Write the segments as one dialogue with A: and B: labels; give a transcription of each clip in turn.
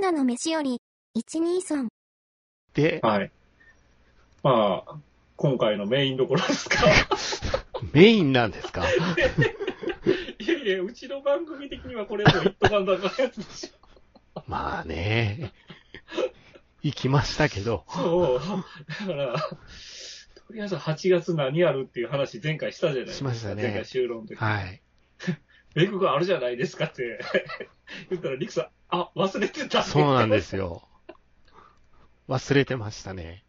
A: ナの飯より、123。
B: で、
C: はい。まあ、今回のメインどころです か
B: メインなんですか
C: いやいや、うちの番組的にはこれもう一斗缶だからやつでしょ。
B: まあね。行きましたけど。
C: そう。だから、とりあえず8月何やるっていう話前回したじゃないで
B: し
C: すか。
B: ましたね
C: 前回収録の時。
B: はい。
C: レイクがあるじゃないですかって 言ったら、リクさん、あ、忘れてたって
B: そうなんですよ。忘れてましたね。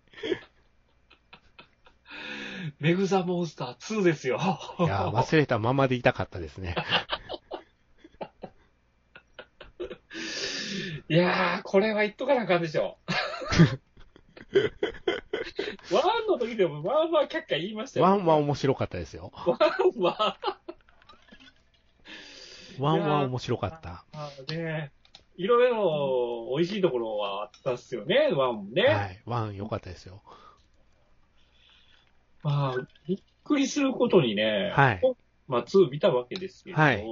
C: メグザモンスター2ですよ。
B: いや、忘れたままでいたかったですね。
C: いやー、これは言っとかなあかんで しょ。ワンの時でも、まあまあキャッキャ言いましたよ。
B: ワンは
C: ワン
B: 面白かったですよ。
C: は。
B: ワンは面白かった。
C: まあね、いろいろ美味しいところはあったっすよね、ワンもね。
B: はい。ワン良かったですよ。
C: まあ、びっくりすることにね、
B: はい
C: まあ2見たわけですけど、
B: はい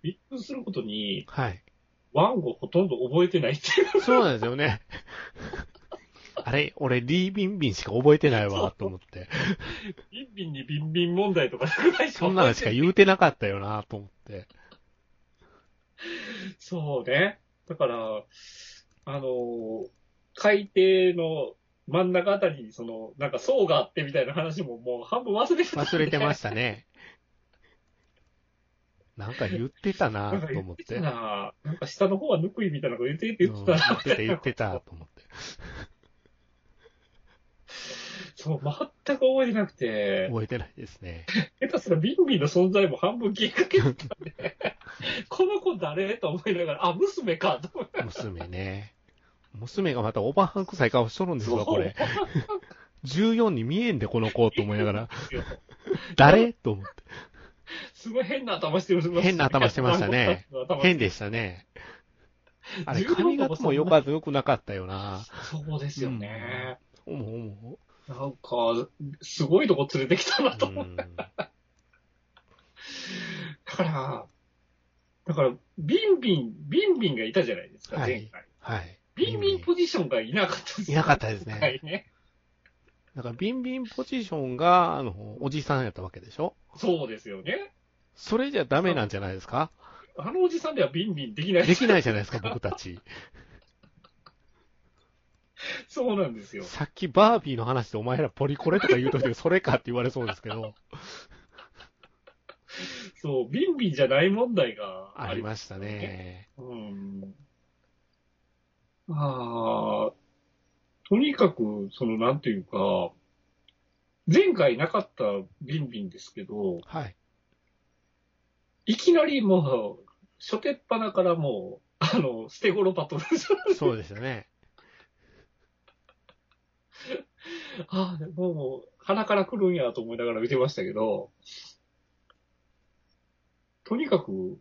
C: びっくりすることに、
B: はい。
C: ワンをほとんど覚えてないっていう。
B: そうなんですよね。 あれ、俺、リービンビンしか覚えてないわ、と思って。
C: ビンビンにビンビン問題とか少ない
B: そんなのしか言うてなかったよな、と思って。
C: そうね。だから、あのー海底の真ん中あたりに、その、なんか層があってみたいな話ももう半分忘れてた、
B: 忘れてま
C: し
B: したね。なんか言ってたな
C: なんか
B: と
C: 言
B: 思
C: っ
B: ってて。う
C: た
B: ん
C: な。なんか下の方はぬくいみたいなこと言ってって
B: 言
C: 言っ
B: って
C: たな。
B: てた、言ってた、と思って。
C: そう、全く覚えてなくて、
B: 覚えてないですね。
C: 下手すらビンビンの存在も半分消えかけてたんで、この子誰と思いながら、あ、娘かと思って。
B: 娘ね。娘がまたおばはん臭い顔しとるんです
C: そ
B: わ、
C: う
B: これ。14に見えんで、この子、と思いながら。
C: ですよ
B: 誰と思っ て。
C: すごい変な頭してる。
B: 変な頭してましたね。
C: 頭
B: 変でしたね。あれ、
C: 14
B: 髪型も良かった、良くなかったよな。
C: そうですよね。
B: おもおも。
C: なんか、すごいとこ連れてきたな
B: う
C: と思う。
B: ん。
C: だから、だから、ビンビン、ビンビンがいたじゃないですか、
B: はい
C: 前回。
B: はい。
C: ビンビンポジションがいなかったです
B: いなかったです
C: は
B: ね。
C: いね。
B: だから、ビンビンポジションが、あの、おじさんやったわけでしょ
C: そうですよね。
B: それじゃダメなんじゃないですか
C: あのおじさんではビンビンできない
B: できないじゃないです か、僕たち。
C: そうなんですよ。
B: さっきバービーの話でお前らポリコレとか言うときそれかって言われそうですけ ど、
C: そう、ビンビンじゃない問題が
B: ありましたね。
C: うん。ああ、とにかく、その、なんていうか、前回なかったビンビンですけど、
B: はい。
C: いきなりもう、初手っ端からもう、あの、捨て頃パトロールじゃ ない
B: そうでしたね。
C: ああ、もう、鼻から来るんやと思いながら見てましたけど、とにかく、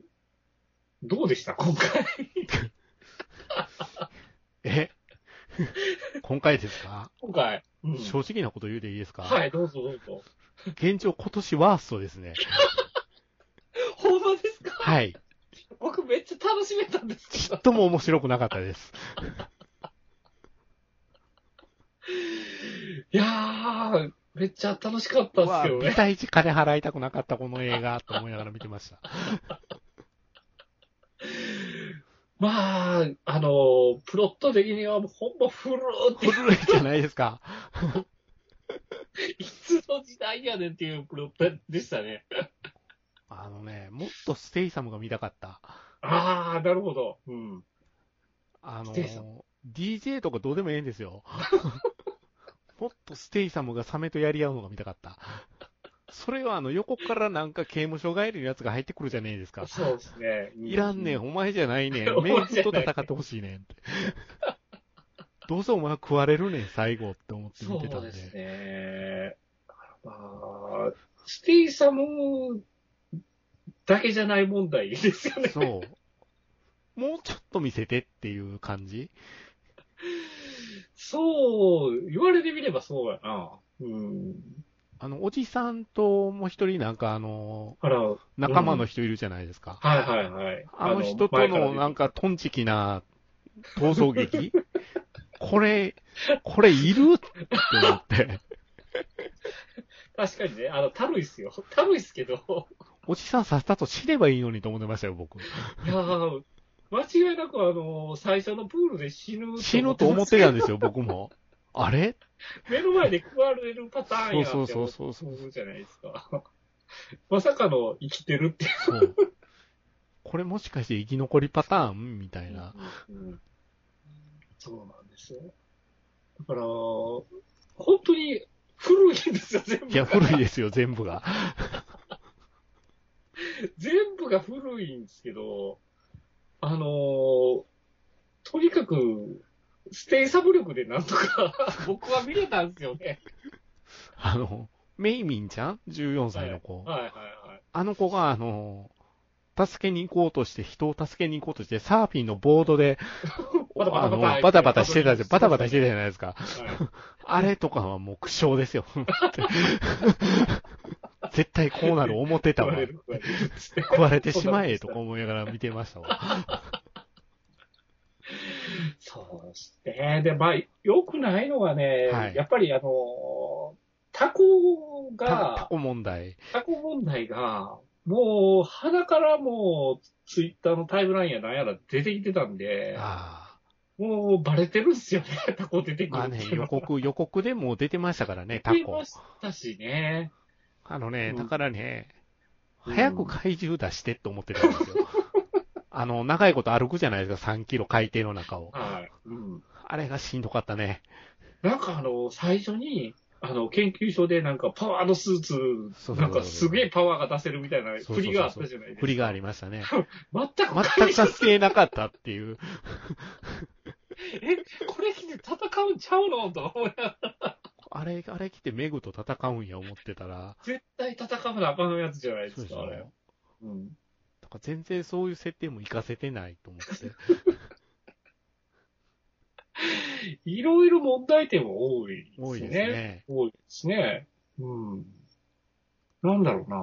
C: どうでした今回。
B: え今回ですか、
C: 今回。うん
B: 正直なこと言うでいいですか、
C: はい、どうぞどうぞ。
B: 現状今年ワーストですね。
C: ほんまですか
B: はい。
C: 僕めっちゃ楽しめたんですけ
B: ち
C: ど
B: っ。とも面白くなかったです。
C: いやー、めっちゃ楽しかっ
B: う
C: たっ
B: わ
C: す
B: ぁ、
C: よ
B: 見
C: ね。
B: た一金払いたくなかったこの映画と思いながら見てました。
C: まあ、あの、プロット的にはもうほんま古ーって
B: 古いじゃないですか。
C: いつの時代やねんっていうプロットでしたね。
B: あのね、もっとステイサムが見たかった。
C: あー、なるほど。うん。
B: あの
C: ステイサム、
B: DJ とかどうでもええんです よ。もっとステイサムがサメとやり合うのが見たかった。それはあの横からなんか刑務所帰りのやつが入ってくるじゃねえですか。
C: そうですね。う
B: いらんねん、お前じゃないね
C: お
B: ん。
C: 前
B: メ
C: じ
B: イ
C: ゃない
B: クと戦ってほしいねんっ て。どうせお前は食われるねん、最後って思って見てた
C: そうん
B: で。
C: ですね。まあ、ステイサムだけじゃない問題ですよね。
B: そうもうちょっと見せてっていう感じ
C: そう、言われてみればそうやな。うん。
B: あの、おじさんともう一人なんかあの、
C: だから、はい
B: 仲間の人いるじゃないですか。
C: はいはい。
B: あの人とのなん
C: か、
B: かトンチキな逃走劇 これ、これいるって思って。
C: 確かにね、あの、たるいっすよ。 たるいっすけど、
B: おじさんさっさと死ねばいいのにと思ってましたよ、僕。
C: いやー間違いなくあの、最初のプールで死ぬ
B: 死ぬと思ってたんですよ、僕も。あれ
C: 目の前で食われるパターンやって
B: そ
C: 思
B: う
C: って
B: そうそうそう
C: そうじゃないですか。 まさかの生きてるってい
B: そう。これもしかして生き残りパターンみたいうな。
C: うんそうなんですよ。だから、本当に古いんですよ、全部。
B: いや、古いですよ、全部が。
C: 全部が古いんですけど、あのーとにかく、ステイサブ力でなんとか、 僕は見れたんですよね。
B: あの、メイミンちゃん ?14 歳の子。
C: はいはいはい。
B: あの子が、あの、助けに行こうとして、人を助けに行こうとして、サーフィンのボードで、
C: バタバ
B: あ
C: タ
B: の、
C: バタ
B: バタバタしてたじゃん、バタバタして
C: た。
B: たじゃないですか。
C: はい
B: あれとかはもう苦笑 ですよ。絶対こうなる思って た
C: 食わ
B: わ。
C: れる食われるっつって
B: 食われてしまえとか思いながら見てました わ。
C: そうですね。で、まあ、良くないのはね、
B: はい
C: やっぱりあの、タコ
B: タタ
C: が、
B: コ問題。
C: タコ問題が、もう、鼻からもう、ツイッターのタイムラインやなんやら出てきてたんで、
B: あ
C: もうバレてるんですよね、タコ出て
B: あ。
C: くる
B: まあ
C: って
B: ね、
C: いうの
B: 予
C: は。
B: 告、予告でもう出てましたからね、タ
C: 出て
B: コ
C: ま。したしね。
B: あのね
C: う、ん
B: だからね、
C: うん
B: 早く怪獣出してって思ってたんですよ。 あの、長いこと歩くじゃないですか、3キロ海底の中を。
C: はい。うん。
B: あれがしんどかったね。
C: なんかあの、最初に、あの、研究所でなんかパワーのスー
B: そ
C: ツ、
B: うそうそう
C: なんかすげえパワーが出せるみたいな
B: そうそうそう
C: 振りがあったじゃないですか。
B: 振りがありましたね。
C: 全く
B: 全く助けなかったっていう。
C: え、これ着て戦うんちゃうのと思いながら
B: あれ、あれ来てメグと戦うんや思ってたら、
C: 絶対戦うなあかんやつじゃないで
B: そうで
C: す
B: し
C: か、あ
B: ょ
C: れ。うん。
B: だから全然そういう設定も活かせてないと思って。
C: いろいろ問題点も多いですね。
B: 多いですね。
C: 多いですね。うん。なんだろうな。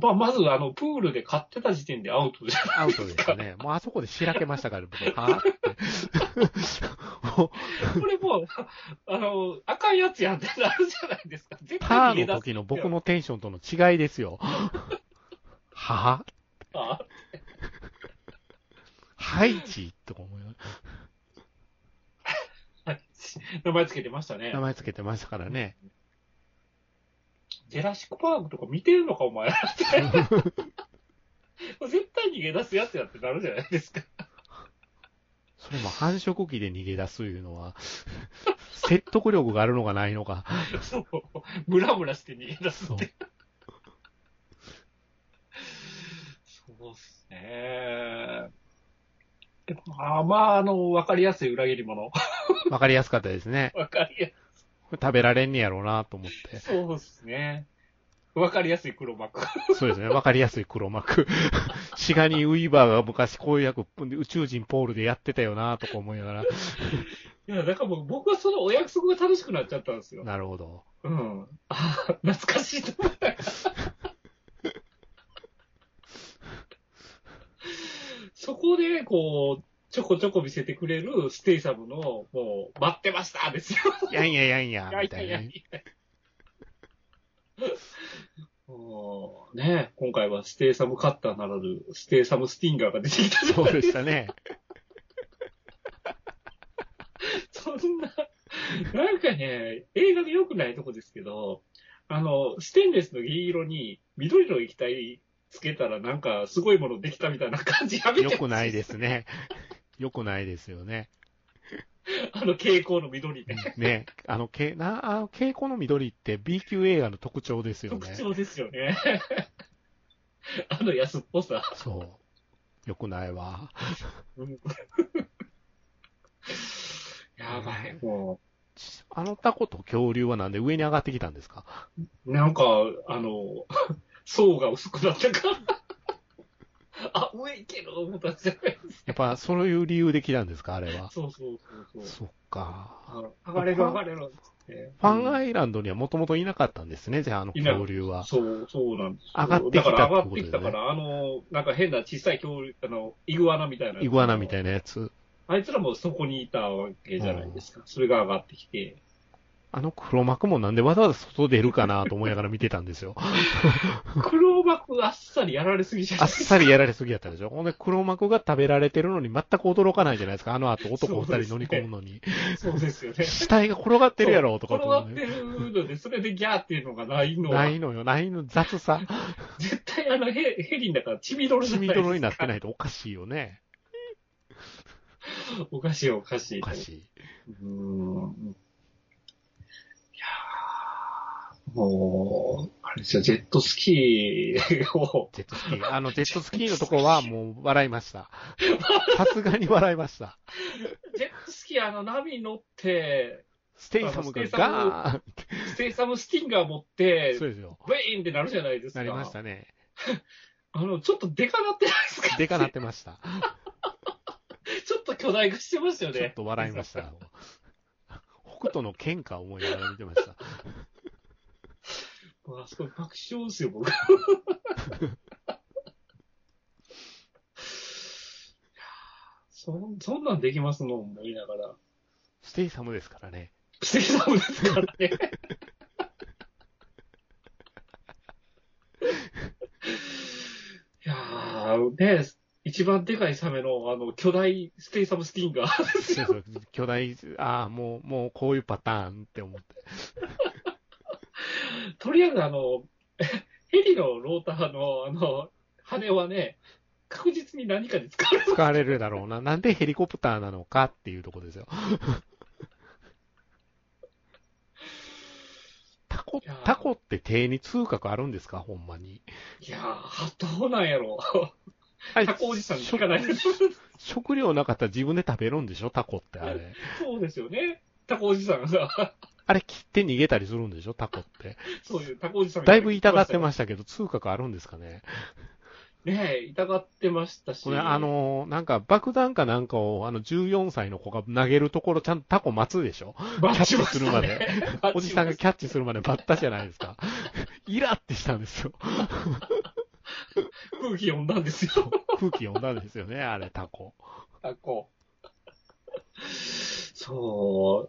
C: まあ、まず、あの、プールで買ってた時点でアウトです。
B: アウトです ね。もうあそこでしらけましたから、僕、はぁっ て。もう、
C: これもう、あの、赤いやつやんってなるじゃないですか。絶
B: パ
C: 対
B: ー
C: 逃
B: の
C: げ
B: 時
C: 出す。
B: の僕のテンションとの違いです よ。はぁ
C: あ
B: ハイチとか思いなが
C: はい名前つけてましたね
B: ら名。前つけてましたからね。
C: ジェラシックパークとか見てるのか、お前らって。絶対逃げ出すやつやってなるじゃないですか。
B: それも繁殖期で逃げ出すというのは、 説得力があるのかないのか。
C: そう。ムラムラして逃げ出す
B: そ
C: っ
B: う
C: て。そうっすね。でもまあまあ、あの、わかりやすい裏切り者。
B: わかりやすかったですね。
C: わかりや
B: これ食べられんねやろうなと思って。
C: すい。そうっすね。わかりやすい黒幕。
B: そうですね。わかりやすい黒幕。 シガニー・ウィーバーが昔こういう役、宇宙人ポールでやってたよなとか思いながら。
C: いや、だからもう僕はそのお約束が楽しくなっちゃったんですよ。
B: なるほど。
C: うん。あー懐かしいと思った。そこで、こう、ちょこちょこ見せてくれるステイサムの、もう、待ってましたですよ。
B: やんややんや、みたいなね。
C: もうね、今回はステイサムカッターならぬ、ステイサムスティンガーが出てきたじゃ
B: そ
C: な
B: う
C: い
B: で
C: です
B: し
C: か。
B: たね。
C: そんな、なんかね、映画で良くないとこですけど、あの、ステンレスの銀色に緑の液体つけたらなんかすごいものできたみたいな感じやめて。
B: よくないですすね。よくないですよね。
C: あの蛍光の緑ね。
B: ね。あの、けな、あの、蛍光の緑って B 級映画の特徴ですよ
C: 特
B: ね。
C: 徴ですよね。 あの安っぽさ。
B: そう。よくないわ。
C: うんやばい、も
B: あのタコと恐竜はなんで上に上がってきたんですか
C: う、なんか、あの、層が薄くなったから、 あ、上行ける思ったんじゃない
B: やっぱそういう理由で来たんですかあれは。
C: そうそうそうそう。
B: そっか。
C: 上がれる上がれる。ね
B: ファンアイランドにはもともといなかったんですね、じゃあ、あの
C: いな
B: 恐竜は。
C: そう、そうなんですよ
B: 上がってきた
C: だから上が
B: って
C: っ
B: こと
C: て
B: でね
C: きたから、あの、なんか変な小さい恐竜、あの、イグアナみたいな。
B: イグアナみた
C: い
B: いなやつ。
C: な。あいつらもそこにいたわけじゃないですか。それが上がってきて。
B: あの黒幕もなんでわざわざ外出るかなと思いながら見てたんです よ。
C: 黒幕あっさりやられすぎじゃな
B: あ
C: い
B: っ
C: ですか。
B: さりやられすぎやったでしょ。ほんで黒幕が食べられてるのに全く驚かないじゃないですか。あの後男二人乗り込むのに。
C: そうですよね。
B: 死体が転がってるやろとか
C: 転
B: と
C: が
B: 思う
C: って
B: ね。
C: るので、それでギャーっていうのがないのは
B: な、いのよ、ないの、雑さ。
C: 絶対あのヘヘリの中、血みどろじゃ
B: 血
C: な
B: み
C: いですか。
B: どろになってないとおかしいよね。
C: おかしいおかしい。
B: おかしい。
C: うーんいやーもう、あれですよ、ジェットスキーを、
B: ジェットスキー。あの、ジェットスキーのとこはもう笑いました。さすがに笑いました。
C: ジェットスキー、あの、波に乗って、
B: ステイサムがガーンって。
C: ステイサムスティンガー持って、
B: そうですよ。
C: ブイーンってなるじゃないですか。
B: なりましたね。
C: あの、ちょっとデカなってないですか
B: でかなってました。
C: ちょっと巨大化してますよね。
B: ちょっと笑いまし
C: なん
B: た
C: か。。
B: 北斗の剣か思いながら見てました。
C: もうあそこ爆笑ですよ、僕。いやそんそんなんできますの思いながら。
B: ステイサムですから ね。
C: ステイサムですからね。いやー、ね、一番でかいサメの、あの、巨大ステイサムスティンガーです
B: そう
C: よ。
B: そう巨大、ああ、もう、もうこういうパターンって思って。
C: とりあえず、あの、ヘリのローターの、あの、羽はね、確実に何かに使われる。
B: 使われるだろうな。なんでヘリコプターなのかっていうところです よ。タコ
C: いや、ー
B: タコって手に通覚あるんですかほんまに。
C: いやー、どうなんやろ。
B: はい
C: タコおじさんに聞かない。
B: 食食料なかったら自分で食べるんでしょタコってあれ。
C: そうですよね。タコおじさんがさ、
B: あれ切って逃げたりするんでしょタコって。
C: そういうタコおじさんが
B: だいぶ痛がって
C: し
B: ましたけど、通覚あるんですかね
C: た。ねえ、痛がってましたし。
B: これ、あのー、なんか爆弾かなんかを、あの、14歳の子が投げるところ、ちゃんとタコ待つでしょ
C: バ
B: キャ
C: ッチ
B: ッ
C: バ
B: チす
C: チし
B: るま
C: た
B: で
C: ね、。
B: おじさんが
C: バッチ
B: キャッチするまでバッタじゃないですか。 イラってしたんですよ。
C: バチ空気読んだんですよ。
B: 空気読んだんですよね、あれ、タコ。
C: タコ。そ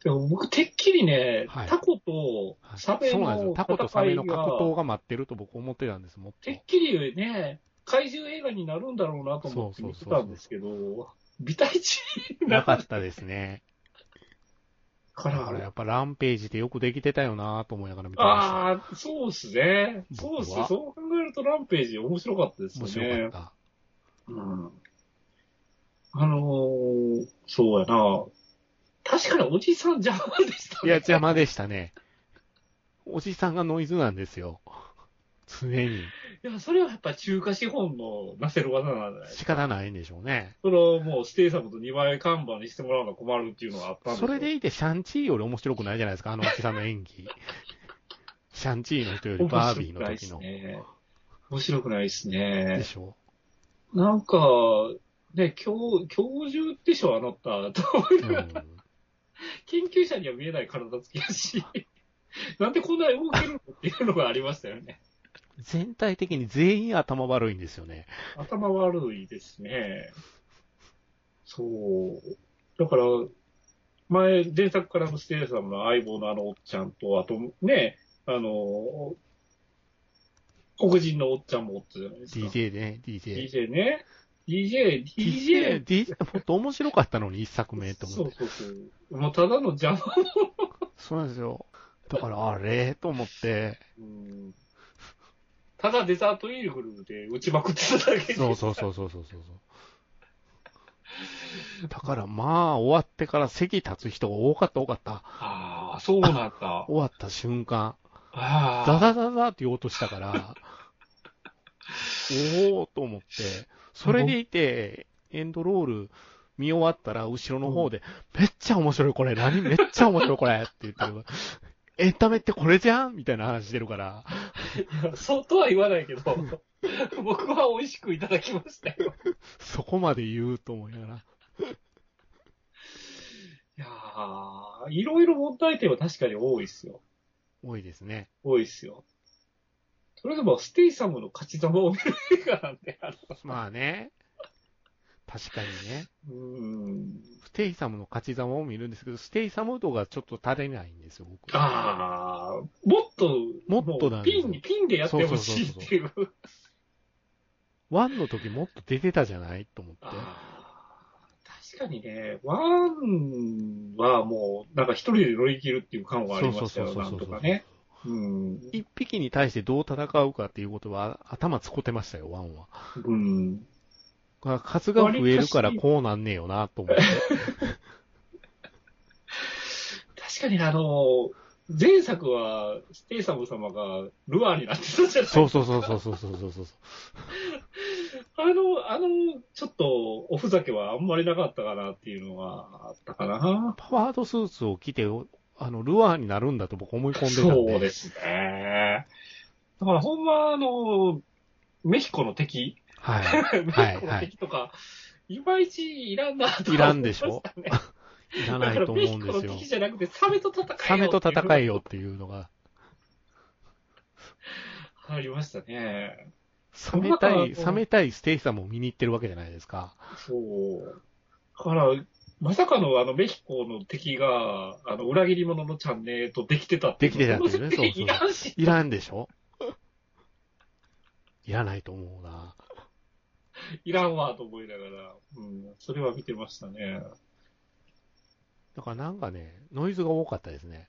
C: う。でも僕、てっきりね、
B: はい
C: タコと
B: はい
C: サメ
B: そうなんです
C: の
B: よ。タコとサ
C: 戦
B: メ
C: い
B: の格
C: が、
B: 闘が待ってると僕思ってたんです、もって
C: っ
B: と。
C: きりね、怪獣映画になるんだろうなと思って見てたんですけど、ビタイチにな
B: な
C: か
B: か
C: っ
B: ったですね。
C: たか
B: だ
C: ら、
B: からやっぱランページってよくできてたよなぁと思いながら見てま
C: ああ、そうっすね。そうっす
B: 僕は。
C: そう考えるとランページ面白かったで
B: し
C: す
B: た。
C: ね。
B: 面白かっ
C: うん。あのー、そうやな。確かにおじさん邪魔でした、
B: た。いや、邪魔でしたね。おじさんがノイズなんですよ。常に。
C: いや、それはやっぱ中華資本のなせる技なんじゃない
B: 仕方ないんでしょうね。
C: それをもうステイサムと2倍看板にしてもらうのは困るっていうのはあったん
B: それでいて、シャンチーより面白くないじゃないですか、あのおじさんの演技。シャンチーの人よりバービーの時の。
C: 面白くないっす
B: で
C: ね。
B: しょ
C: なんか、ね、教、教授でしょ、あなた。と思いうながら
B: ん。
C: 研究者には見えない体つきやし、 なんでこんなに動けるのっていうのがありましたよね。
B: 全体的に全員頭悪いんですよね。
C: 頭悪いですね。そう。だから、前、前作からのステイさんの相棒のあのおっちゃんと、あとね、あの、黒人のおっちゃんもおったじゃないですか。
B: DJ ね、DJ。
C: DJ ね。DJ、DJ。
B: DJ、もっと面白かったのに、一作目と
C: そ
B: 思っ
C: う
B: て。
C: そうそう。もうただの邪魔。
B: そうなんですよ。だから、あれと思 って。
C: うんただデザートイーグルで打ちまくってただけで
B: そうそうそうそうそうそうそう。だから、まあ、終わってから席立つ人が多かった多かった。
C: ああ、そうなんだ。あ
B: 終わった瞬間。
C: あ。
B: ザザザザって言おうとした から、おおと思って、それでいて、エンドロール見終わったら、後ろの方で、めっちゃ面白いこれ、何めっちゃ面白いこれって言って る。エンタメってこれじゃんみたいな話してるから、
C: いやそうとは言わないけど、僕は美味しくいただきましたよ。
B: そこまで言うと思いながら。
C: いやーあいろいろ問題点は確かに多いっすよ。
B: 多いですね。
C: 多いっすよ。それでも、ステイサムの勝ち様を見る映画なんで、あの、
B: まあね。確かにね。
C: うーん。
B: ステイサムの勝ち様を見るんですけど、ステイサム度がちょっと足りないんですよ、僕。
C: ああ、もっと、
B: もっとだね
C: もうピンに、ピンでやってほしいっていう。
B: ワンの時もっと出てたじゃないと思って。
C: あー確かにね、ワンはもう、なんか一人で乗り切るっていう感はありましたよ、
B: そうそう
C: な
B: そうそうそうん
C: とかね。うん。
B: 一匹に対してどう戦うかっていうことは頭つこてましたよ、ワンは。
C: うん。
B: まあ数が増えるからこうなんねえよな、と 思って。
C: 確かにあの、前作は、ステイサム様がルアーになってたじゃない
B: そうそうそうそうそうそうそうそう。
C: あの、あの、ちょっと、おふざけはあんまりなかったかなっていうのはあったかな。
B: パワードスーツを着て、あの、ルアーになるんだと僕思い込んでたんで。
C: そうですね。だからほんま、あの、メヒコの敵
B: は
C: メヒコの敵とか、いまいちいらんなと
B: いらんでしょ
C: 思いまたね
B: い。いら
C: だ
B: な
C: か
B: い
C: ら
B: と
C: メ
B: 思うん
C: ヒコ
B: で
C: の
B: すよ。
C: 敵じゃなくて、サメと戦えよ
B: サメと戦え
C: よ。
B: よっていうのが、
C: ありましたね。
B: サメ対、
C: そんな
B: サメ対ステイサムを見に行ってるわけじゃないですか。
C: そう。だから、まさかのあのメヒコの敵が、あの、裏切り者のチャンネルとできてた っていうのは。
B: できてたっていうね
C: この設定
B: そうそう
C: いらんし
B: いらんでしょいらないと思うな。
C: いらんわと思いながら、うん、それは見てましたね。
B: だからなんかね、ノイズが多かったですね。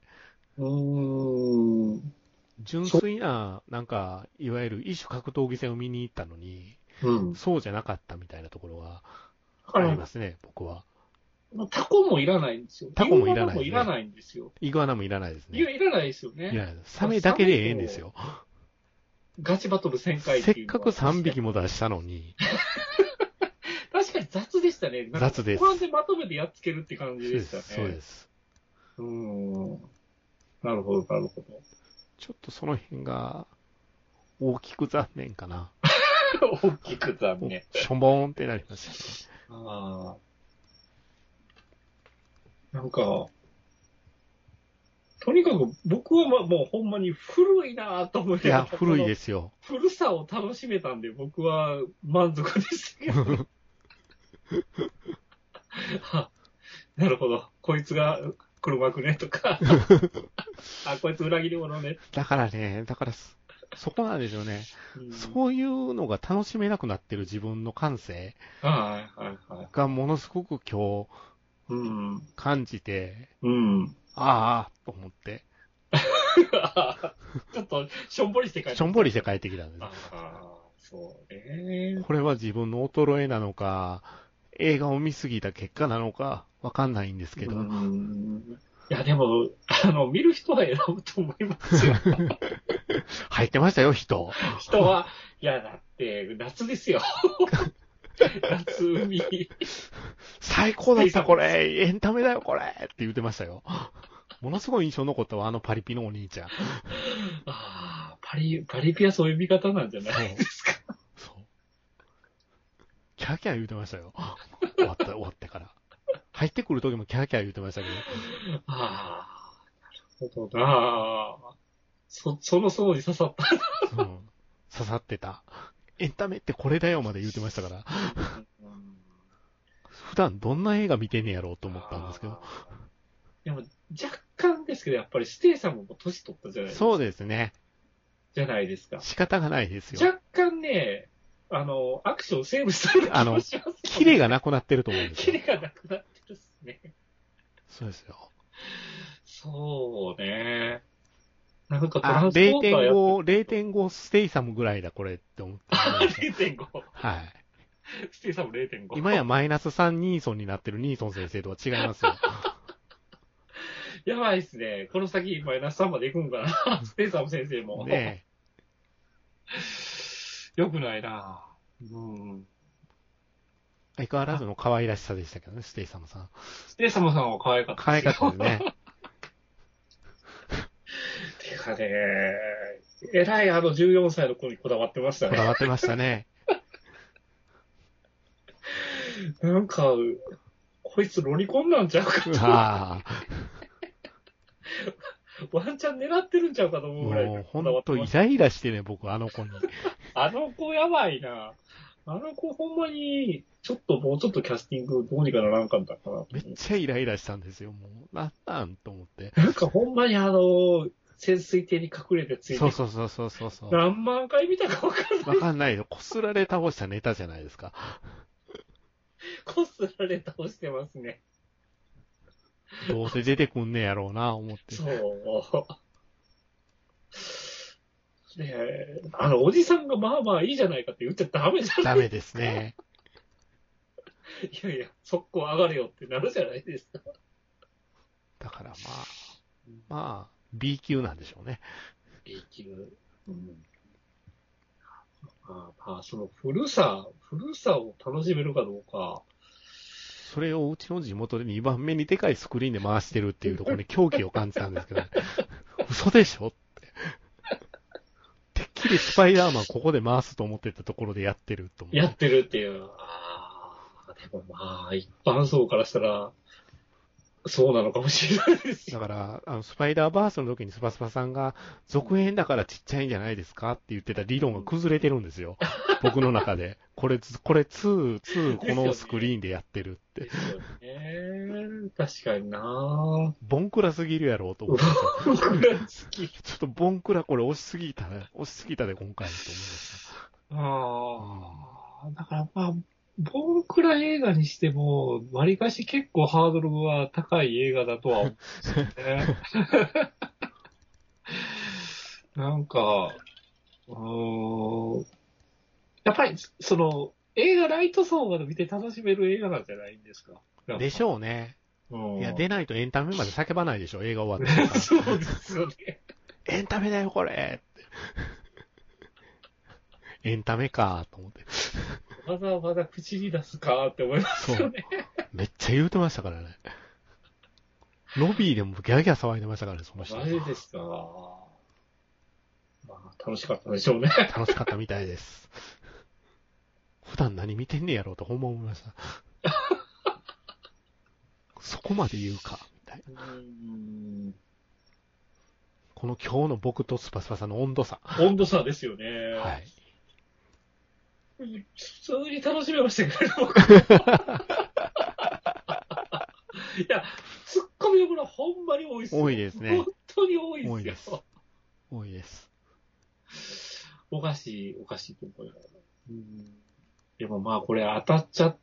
C: うーん。
B: 純粋な、なんか、いわゆる異種格闘技戦を見に行ったのに、
C: うん。だ
B: そうじゃなかったみたいなところが
C: か
B: ありま
C: ら、
B: すね、僕は。
C: タコもいらないんですよ。
B: タコもいらない
C: イグアナもいらないんですよ。
B: イグアナもいらないです
C: いや、
B: ね。
C: いらないですよ
B: いら
C: ね。
B: ないサメだけでええんですよ。
C: ガチバトル1000回って
B: せっ
C: いうの
B: か
C: は
B: く3匹も出したの に、
C: 確かに雑でしたね。なんか
B: 雑です
C: 後半でまとめてやっつけるって
B: そ
C: 感
B: う
C: じ
B: で
C: でした
B: すそ
C: ね。。
B: うです
C: うーん。なるほど、なるほど。
B: ちょっとその辺が、大きく残念かな。
C: 大きく残念。
B: しょぼーんってなりました。
C: ああ。なんか、とにかく僕はまもうほんまに古いなぁと思っ
B: い
C: て。。
B: や、古いですすよ。
C: 古さを楽しめたんで僕は満足でしたけど。 あなるほど。こいつが黒幕ねと か。あ、こいつ裏切り者ね。
B: だからね、だからそ、そこなんですよね。
C: うん
B: そういうのが楽しめなくなってる自分の感性
C: はいはいはい。
B: がものすごく今日
C: うん。
B: 感じて、
C: うん。
B: ああ、と思って、
C: ちょっと、しょんぼりして帰ってき
B: しょ
C: た
B: んぼりして帰ってきたんで
C: ああ、そうね
B: す。。これは自分の衰えなのか、映画を見すぎた結果なのか、わかんないんですけど、
C: うーんいや、でも、あの、見る人は選ぶと思いますよ。
B: 入ってましたよ、人。
C: 人は、いや、だって、夏です よ。夏海。
B: 最高だった、これエンタメだよ、これって言ってましたよ。ものすごい印象残ったわ、あのパリピのお兄ちゃん。
C: ああ、パリ、パリピはそういう見方なんじゃ
B: そう
C: ない ですか。
B: そう。キャーキャー言うてま したよ。終わった、終わってから。入ってくる時もキャーキャー言うてましたけど。
C: ああ、なるほどな。そ、その層に刺さった。
B: うん刺さってた。エンタメってこれだよまで言うてましたから、
C: うん
B: 普段どんな映画見てんねやろうと思ったんですけど。
C: あー。でも、若干ですけど、やっぱりステイさんも年取ったじゃないですか。
B: そうですね。
C: じゃないですか。
B: 仕方がないですよ。
C: 若干ね、あの、アクションをセーブしてる気もしますよね
B: キレがなくなってると思うんです
C: キ
B: よ
C: レ。がなくなってるっすね。
B: そうですよ。
C: そうね。なんかトラ
B: あ、
C: ンスポーターやって
B: 0.5、0.5ステイサムぐらいだ、これって思ってました。
C: 0.5。
B: はい。
C: ステイさんも0.5。
B: 今やマイナス3ニーソンになってるニーソン先生とは違いますよ。
C: やばいっすね。この先、マイナス3まで行くんかな。ステイさん先生も。
B: ね
C: よくないなうん。
B: え相変わらずの可愛らしさでしたけどね、ステイサムさん。
C: ステイさんもさんは可愛かった
B: 可愛かった
C: で
B: ですね。
C: すよ。てかね、えらいあの14歳の子にこだわってました
B: こ
C: ね。
B: だわってましたね。
C: なんか、こいつロリコンなんちゃうかと
B: ああ。
C: ワンチャン狙ってるんちゃうかと思うぐらい。
B: もう、ほんとイライラしてね、僕、あの子に。
C: あの子やばいな。あの子ほんまに、ちょっともうちょっとキャスティングどうにかならんかったかな。
B: めっちゃイライラしたんですよ、もう。なんなんと思 って。
C: なんかほんまにあの、潜水艇に隠れてついて
B: そうそうそうそうそうそ う。
C: 何万回見たかわかんない。
B: わかんないよ。こすられ倒したネタじゃないですか。
C: こすられ倒してますね。
B: どうせ出てくんねやろうな、思って。
C: そう。で、あの、おじさんがまあまあいいじゃないかって言っちゃダメじゃ
B: ダ
C: ない
B: メですね。
C: いやいや、速攻上がれよってなるじゃないですか。
B: だからまあ、まあ、B 級なんでしょうね。
C: B 級。うん。まあ、まあ、その古さ、古さを楽しめるかどうか。
B: それをうちの地元で2番目にでかいスクリーンで回してるっていうところに狂気を感じたんですけど、 嘘でしょって。てっきりスパイダーマンここで回すと思ってたところでやってると思
C: や
B: う
C: っ。てるっていう。ああ、でもまあ、一般層からしたら、そうなのかもしれないです
B: だ
C: よ。
B: から、あの、スパイダーバースの時にスパスパさんが、続編だからちっちゃいんじゃないですかって言ってた理論が崩れてるんですよ。僕の中で。これ、これ2、2、このスクリーンでやってるって。
C: ですよね。確かにな
B: ボンクラすぎるやろうと思って。
C: 僕ら好き。
B: ちょっとボンクラこれ押しすぎたね。押しすぎたで今回と思いまし
C: ああ、だからまあ、ボンクラ映画にしても、わりかし結構ハードルは高い映画だとは思うんですよね。 なんか、うーんやっぱり、その、映画ライト層まで見て楽しめる映画なんじゃないんですか。
B: た。でし
C: ょ
B: ょうね。
C: うん。
B: いや、出ないとエンタメまで叫ばないでしょ、映画終わって
C: そうですよね。
B: エンタメだよ、これって。エンタメか、と思って。
C: わざわざ口に出すかって思います
B: そ
C: よ
B: う
C: ね。。
B: めっちゃ言うてましたからね。ロビーでもギャーギャー騒いでましたからね、その人
C: マ。ジですか。まあ、楽しかったでしょうね。
B: 楽しかったみたいです。 普段何見てんねやろうとほんま思いました。 そこまで言うか、みたいな。この今日の僕とスパスパさんの温度差。
C: 温度差ですよね。
B: はい。
C: 普通に楽しめまし たけど、僕いや、ツッコミどころほんまに多いっすよ
B: 多いですね
C: 本当に多いっすよ。
B: 多いです多いです。
C: おかしい、おかしいと思います。うんでもまあ、これ当たっちゃっ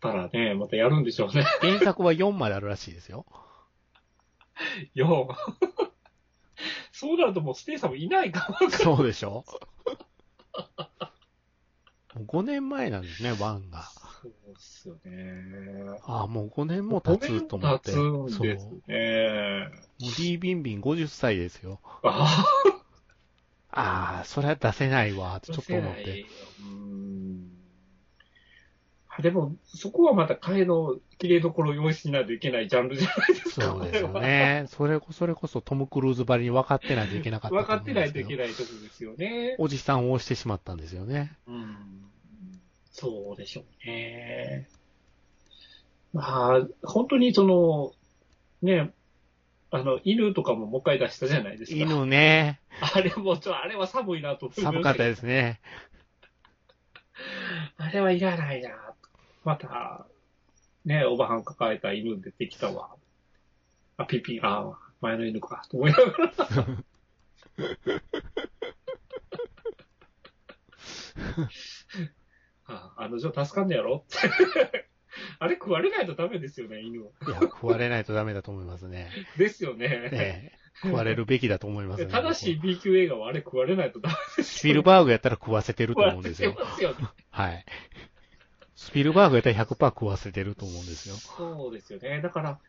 C: たらね、またやるんでしょうね。
B: 原作は4まであるらしいですよ。
C: よう。そう なるともうステイさんもいないかも。
B: そうでしょもう ?5 年前なんですね、1が。
C: そうですよね。
B: ああ、もう5年も経つと思って。
C: 5年
B: そう。
C: 経つんです
B: もう
C: ね。
B: D ビンビン50歳ですよ。
C: ああ、
B: ああ、それは出せないわ、ってちょっと思っ
C: 出せな
B: て。
C: いよ。うーんあでも、そこはまた替えの綺麗どころを用意しないといけないジャンルじゃないですか。
B: そうですよ
C: こ れは。
B: ね。それこそ、それこそトム・クルーズばりに分かってないといけなかった
C: 分かってないとい
B: ない。
C: けないところですよね。
B: おじさんを押してしまったんですよね。
C: うんそうでしょうね。まあ、本当にその、ね、あの、犬とかももう一回出したじゃないですか。
B: 犬ね。
C: あれも、ちょ、あれは寒いなと思いましたけど
B: 寒かったですね。
C: あれはいらないな。また、ね、おばはん抱えた犬出てきたわ。あ、ピピ、あ、前の犬か、と思いなが ら。ああの女助かんねやろ って。あれ食われないとダメですよね、犬を。
B: いや、食われないとダメだと思いますね。
C: ですよね。
B: ねえ食われるべきだと思いますね。
C: 正しい B 級映画はあれ食われないとダメです
B: スピルバーグやったら食わせてると思うんですよ
C: 食。われてますよね
B: はい。スピルバーグやったら100%食わせてると思うんですよ。
C: そうですよね。だから、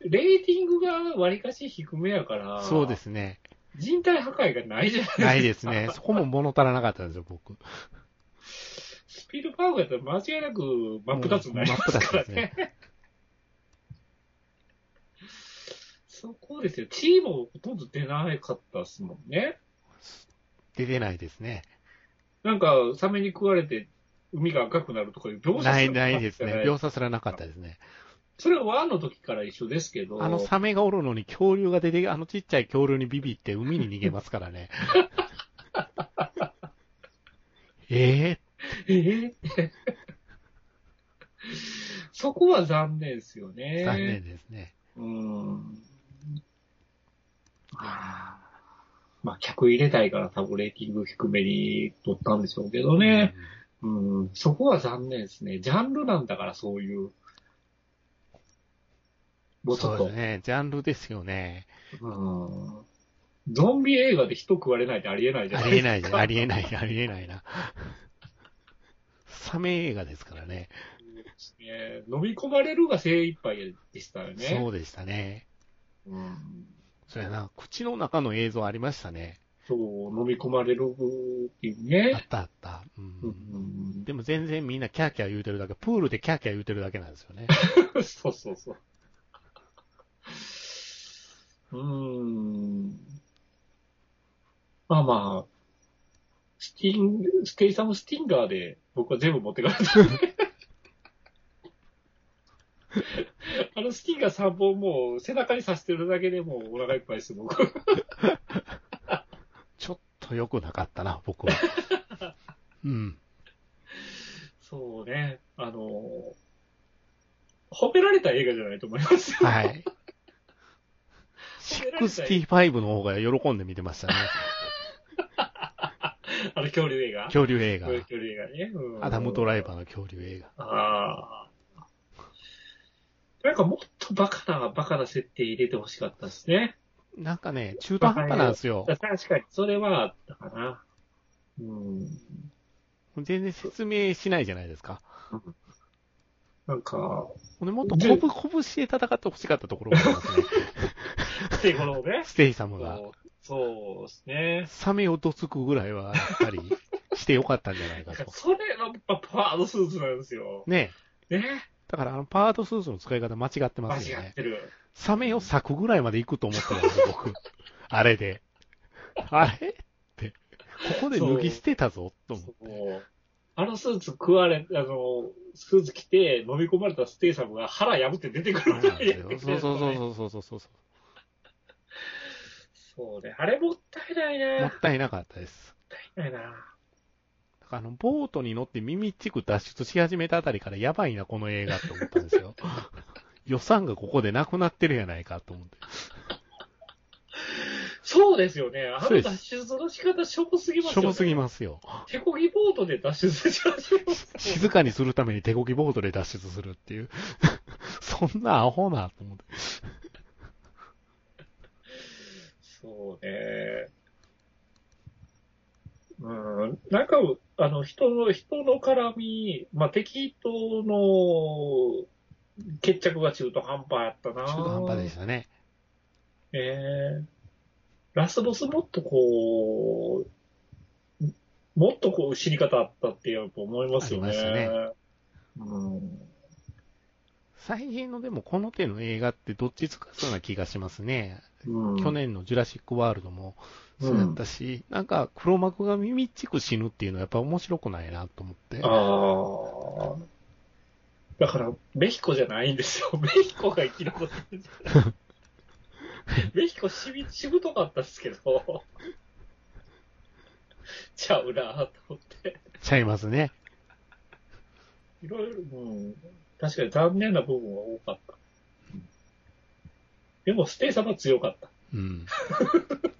C: レーティングがわりかし低めやから、
B: そうで。すね。
C: 人体破壊がないじゃないですか。
B: ないですね。そこも物足らなかったんですよ、僕。
C: スピルバーグやったら間違いなく真っ二つになりますから
B: うん真っ
C: ね。そこですよ。チームもほとんど出なかったですもんね。
B: 出てないですね。
C: なんか、サメに食われて、海が赤くなるとかいう描写
B: ない、ないです
C: じゃ
B: ね。
C: い
B: 描写すらなかったですね。
C: それはワンの時から一緒ですけど、
B: あのサメがおるのに恐竜が出て、あのちっちゃい恐竜にビビって海に逃げますから ね。ええ
C: ええそこは残念ですよね。
B: 残念ですね。
C: うん。あーまあ、客入れたいから多分レーティング低めに取ったんでしょうけどね。
B: うん
C: うん、そこは残念ですね。ジャンルなんだから、そういう。もうち
B: そ
C: ょっ
B: うで
C: と
B: す。ね。ジャンルですよね。
C: うんゾンビ映画で人食われないってありえないじゃ
B: あ
C: ない
B: り
C: で
B: え
C: すか。
B: ない、ありえない、ありえないな。サメ映画ですからね。
C: えー飲み込まれるが精一杯でしたよね。
B: そうでしたね。
C: うん
B: それな、口の中の映像ありましたね。
C: そう、飲み込まれるっていう
B: あ
C: ね。
B: ったあった。う。
C: うんん
B: でも全然みんなキャーキャー言うてるだけ、プールでキャーキャー言うてるだけなんですよね。
C: そうそうそう。うーん。まあまあ、スティン、スケイサムスティンガーで僕は全部持ってかれた。あのスティンガー3本もう背中に刺してるだけでもうお腹いっぱいです、僕。
B: ちょっと良くなかったな、 僕は。うん。
C: そうね。あの、褒められた映画じゃないと思います。
B: はい。
C: 褒められたい
B: 65の方が喜んで見てましたね。
C: あの恐竜映画。
B: 恐竜 映画。
C: 恐竜映画ね。うん
B: アダム・ドライバーの恐竜映画。
C: ああ。なんかもっとバカな、バカな設定入れてほしかったですね。
B: なんかね、中途半端なんですよ。
C: 確かに、それはあったかな。うん。
B: 全然説明しないじゃないですか。
C: なんか、
B: ほんでもっとこぶ、こぶしで戦ってほしかったところがあり ますね。
C: ステゴロね。
B: ステイサムが。
C: そうそうですね。
B: サメをどつくぐらいは、やっぱり、してよかったんじゃないか と。
C: それがやっぱパワードスーツなんですよ。
B: ねえ。
C: ね。
B: だから、あの、パートスーツの使い方間違って
C: 間
B: ますよ
C: 違っ
B: ね。
C: てる。
B: サメを裂くぐらいまで行くと思ったん ですよ、僕。あれで。あれって。ここで脱ぎ捨てたぞ、と思。
C: そうう。あのスーツ食われ、あの、スーツ着て飲み込まれたステイサムが腹破って出てくる
B: そうなんですよそうそう
C: う。
B: そうそうそうそう。
C: そうね。あれもったいないね。
B: も
C: もっ
B: ったいなかったです。
C: たいないな。
B: だからあの、ボートに乗って耳っちく脱出し始めたあたりからやばいな、この映画と思ったんです よ。予算がここでなくなってるやないかと思って。
C: そうですよね。あ
B: そう
C: の
B: です
C: 脱出の仕方、しょぼすぎます
B: し
C: よ
B: ょ
C: ね。
B: ぼすぎますよ。
C: す。手こぎボートで脱出し始めます。
B: 静かにするために手こぎボートで脱出するっていう。 そんなアホなと思って。
C: そうね。うん、なんか、あの、人の、人の絡み、まあ、敵との決着が中途半端やったな。
B: 中途半端でしたね。
C: ええラスボスもっとこう、もっとこう死に方あったってやっぱ思いますよね。
B: ありましたね
C: うん。
B: 最近のでもこの手の映画ってどっちつかそうな気がしますね。
C: うん、
B: 去年のジュラシックワールドもそうだったし、なんか黒幕が耳っちく死ぬっていうのはやっぱ面白くないなと思って。
C: ああ。だから、メヒコじゃないんですよ。 メヒコが生き残ってるんじゃない。メヒコしび、しぶとかったっすけど。 ちゃうなぁと思って。
B: ちゃいますね。
C: いろいろ、うん。確かに残念な部分は多かった。でも、ステイ様強かった。
B: うん。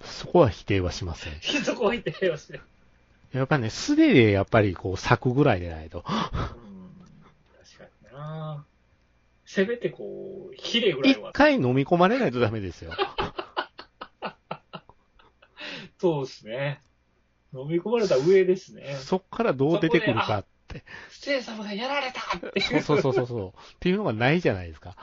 B: そこは否定はしません。
C: そこはいてよしね。
B: やっぱね、素手でやっぱりこう咲くぐらいでないと。
C: うん。確かになぁせめてこう、ヒレぐらい
B: 一
C: は。
B: 回飲み込まれないとダメですよ。
C: そうですね。飲み込まれた上ですね。
B: そっからどう出てくるかって。
C: ステイ様がやられたって
B: そ
C: いうう。
B: そうそうそうそう。っていうのがないじゃないですか。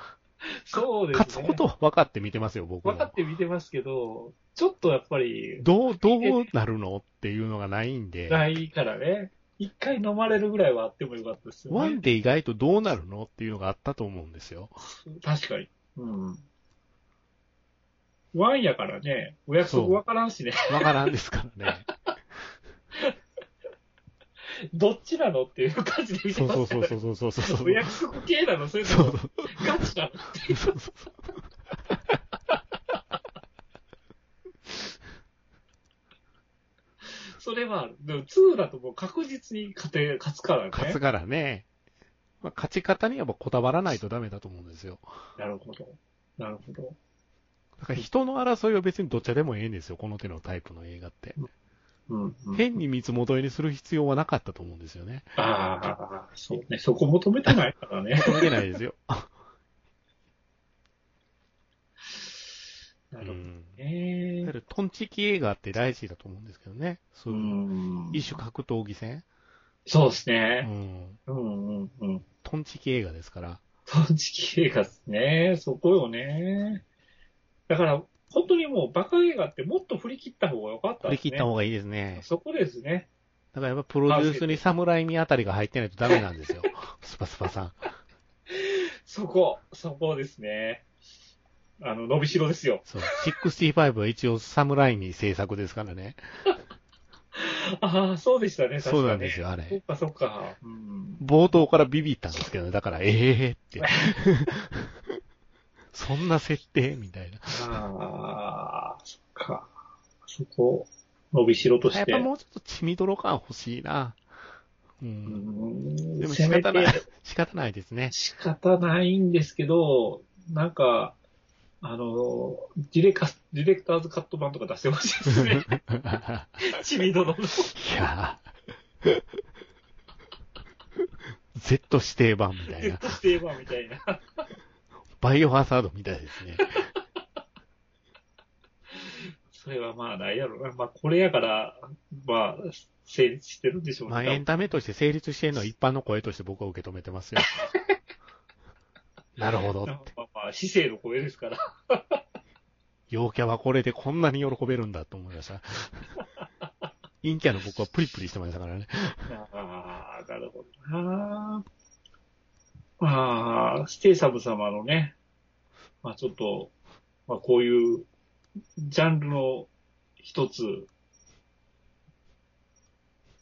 C: そうですね。
B: 勝つことは分かって見てますよ、僕
C: 分かっ
B: は。
C: て見てますけど、ちょっとやっぱり、
B: どう、どうなるのっていうのがないんで。
C: ないからね。一回飲まれるぐらいはあってもよかったですよ
B: ワ
C: ね
B: ン。で意外とどうなるのっていうのがあったと思うんですよ。
C: 確かに。うん。ワンやからね、 お約束わからんしね。
B: わからんですからね。
C: どっちなのっていう感じで見て
B: そう
C: ます
B: そう
C: から
B: そうそうそうそうそうそう
C: お。約束系なのそれと
B: そう
C: もガチな
B: そ
C: の
B: うそうそう
C: それはある、でも2だともう確実に勝て、勝つからね。
B: 勝つからね。まあ、勝ち方にやっぱこだわらないとダメだと思うんですよ。
C: なるほど。なるほど。
B: だから人の争いは別にどっちでもええんですよ。この手のタイプの映画って。
C: うん、うん。
B: 変に三つ元にする必要はなかったと思うんですよね。
C: ああ、そうね。そこ求めてないからね。
B: 求めてないです よ。
C: な
B: う
C: るほど
B: ん。いわゆ
C: ね。
B: るトンチキ映画って大事だと思うんですけどね。そうういう、
C: ん。
B: 異種格闘技戦。
C: そうです
B: う
C: ね。
B: ん。
C: うんうんうん。
B: トンチキ映画ですから。
C: 正直映画ですね。そこよね。だから、本当にもうバカ映画ってもっと振り切った方が良かった
B: 振
C: で
B: り
C: すね。
B: 切った方がいいですね。
C: そこですね。
B: だからやっぱプロデュースに侍味あたりが入ってないとダメなんですよ。スパスパさん。
C: そこ、そこですね。あの、伸びしろですよ。
B: そう。65は一応侍味制作ですからね。
C: ああ、そうでしたね、確かね。
B: そうなんですよ、あ
C: そっ
B: れ。
C: か、そっか。うん。
B: 冒頭からビビったんですけどね。だから、ええって。 そんな設定みたいな。
C: ああ、そっか。そこ、伸びしろと
B: や
C: し。
B: ってぱもうちょっと血みどろ感欲しいな。う。
C: うんん
B: でも
C: せ
B: 仕
C: め
B: 方ない
C: て、
B: 仕方ないですね。
C: 仕方ないんですけど、なんか、あの、ディレカディレクターズカット版とか出してほしいですね。
B: い
C: チビ殿の。
B: やー Z 指定版みたい
C: ずっ
B: な。
C: としてえばみたいな。
B: バイオハザードみたいです ね。
C: それはまあ、ないやろな。まあ、これやから、まあ、成立してるんでしょう
B: まあエン
C: ね。
B: タメとして成立してるのは一般の声として僕は受け止めてます よ。なるほど
C: ま。あまあ、市政の声ですから。
B: 陽キャはこれでこんなに喜べるんだと思いました。陰キャの僕はプリプリしてましたからね。
C: ああ、なるほどな。まあ、ステイサム様のね、まあちょっと、まあこういうジャンルの一つ、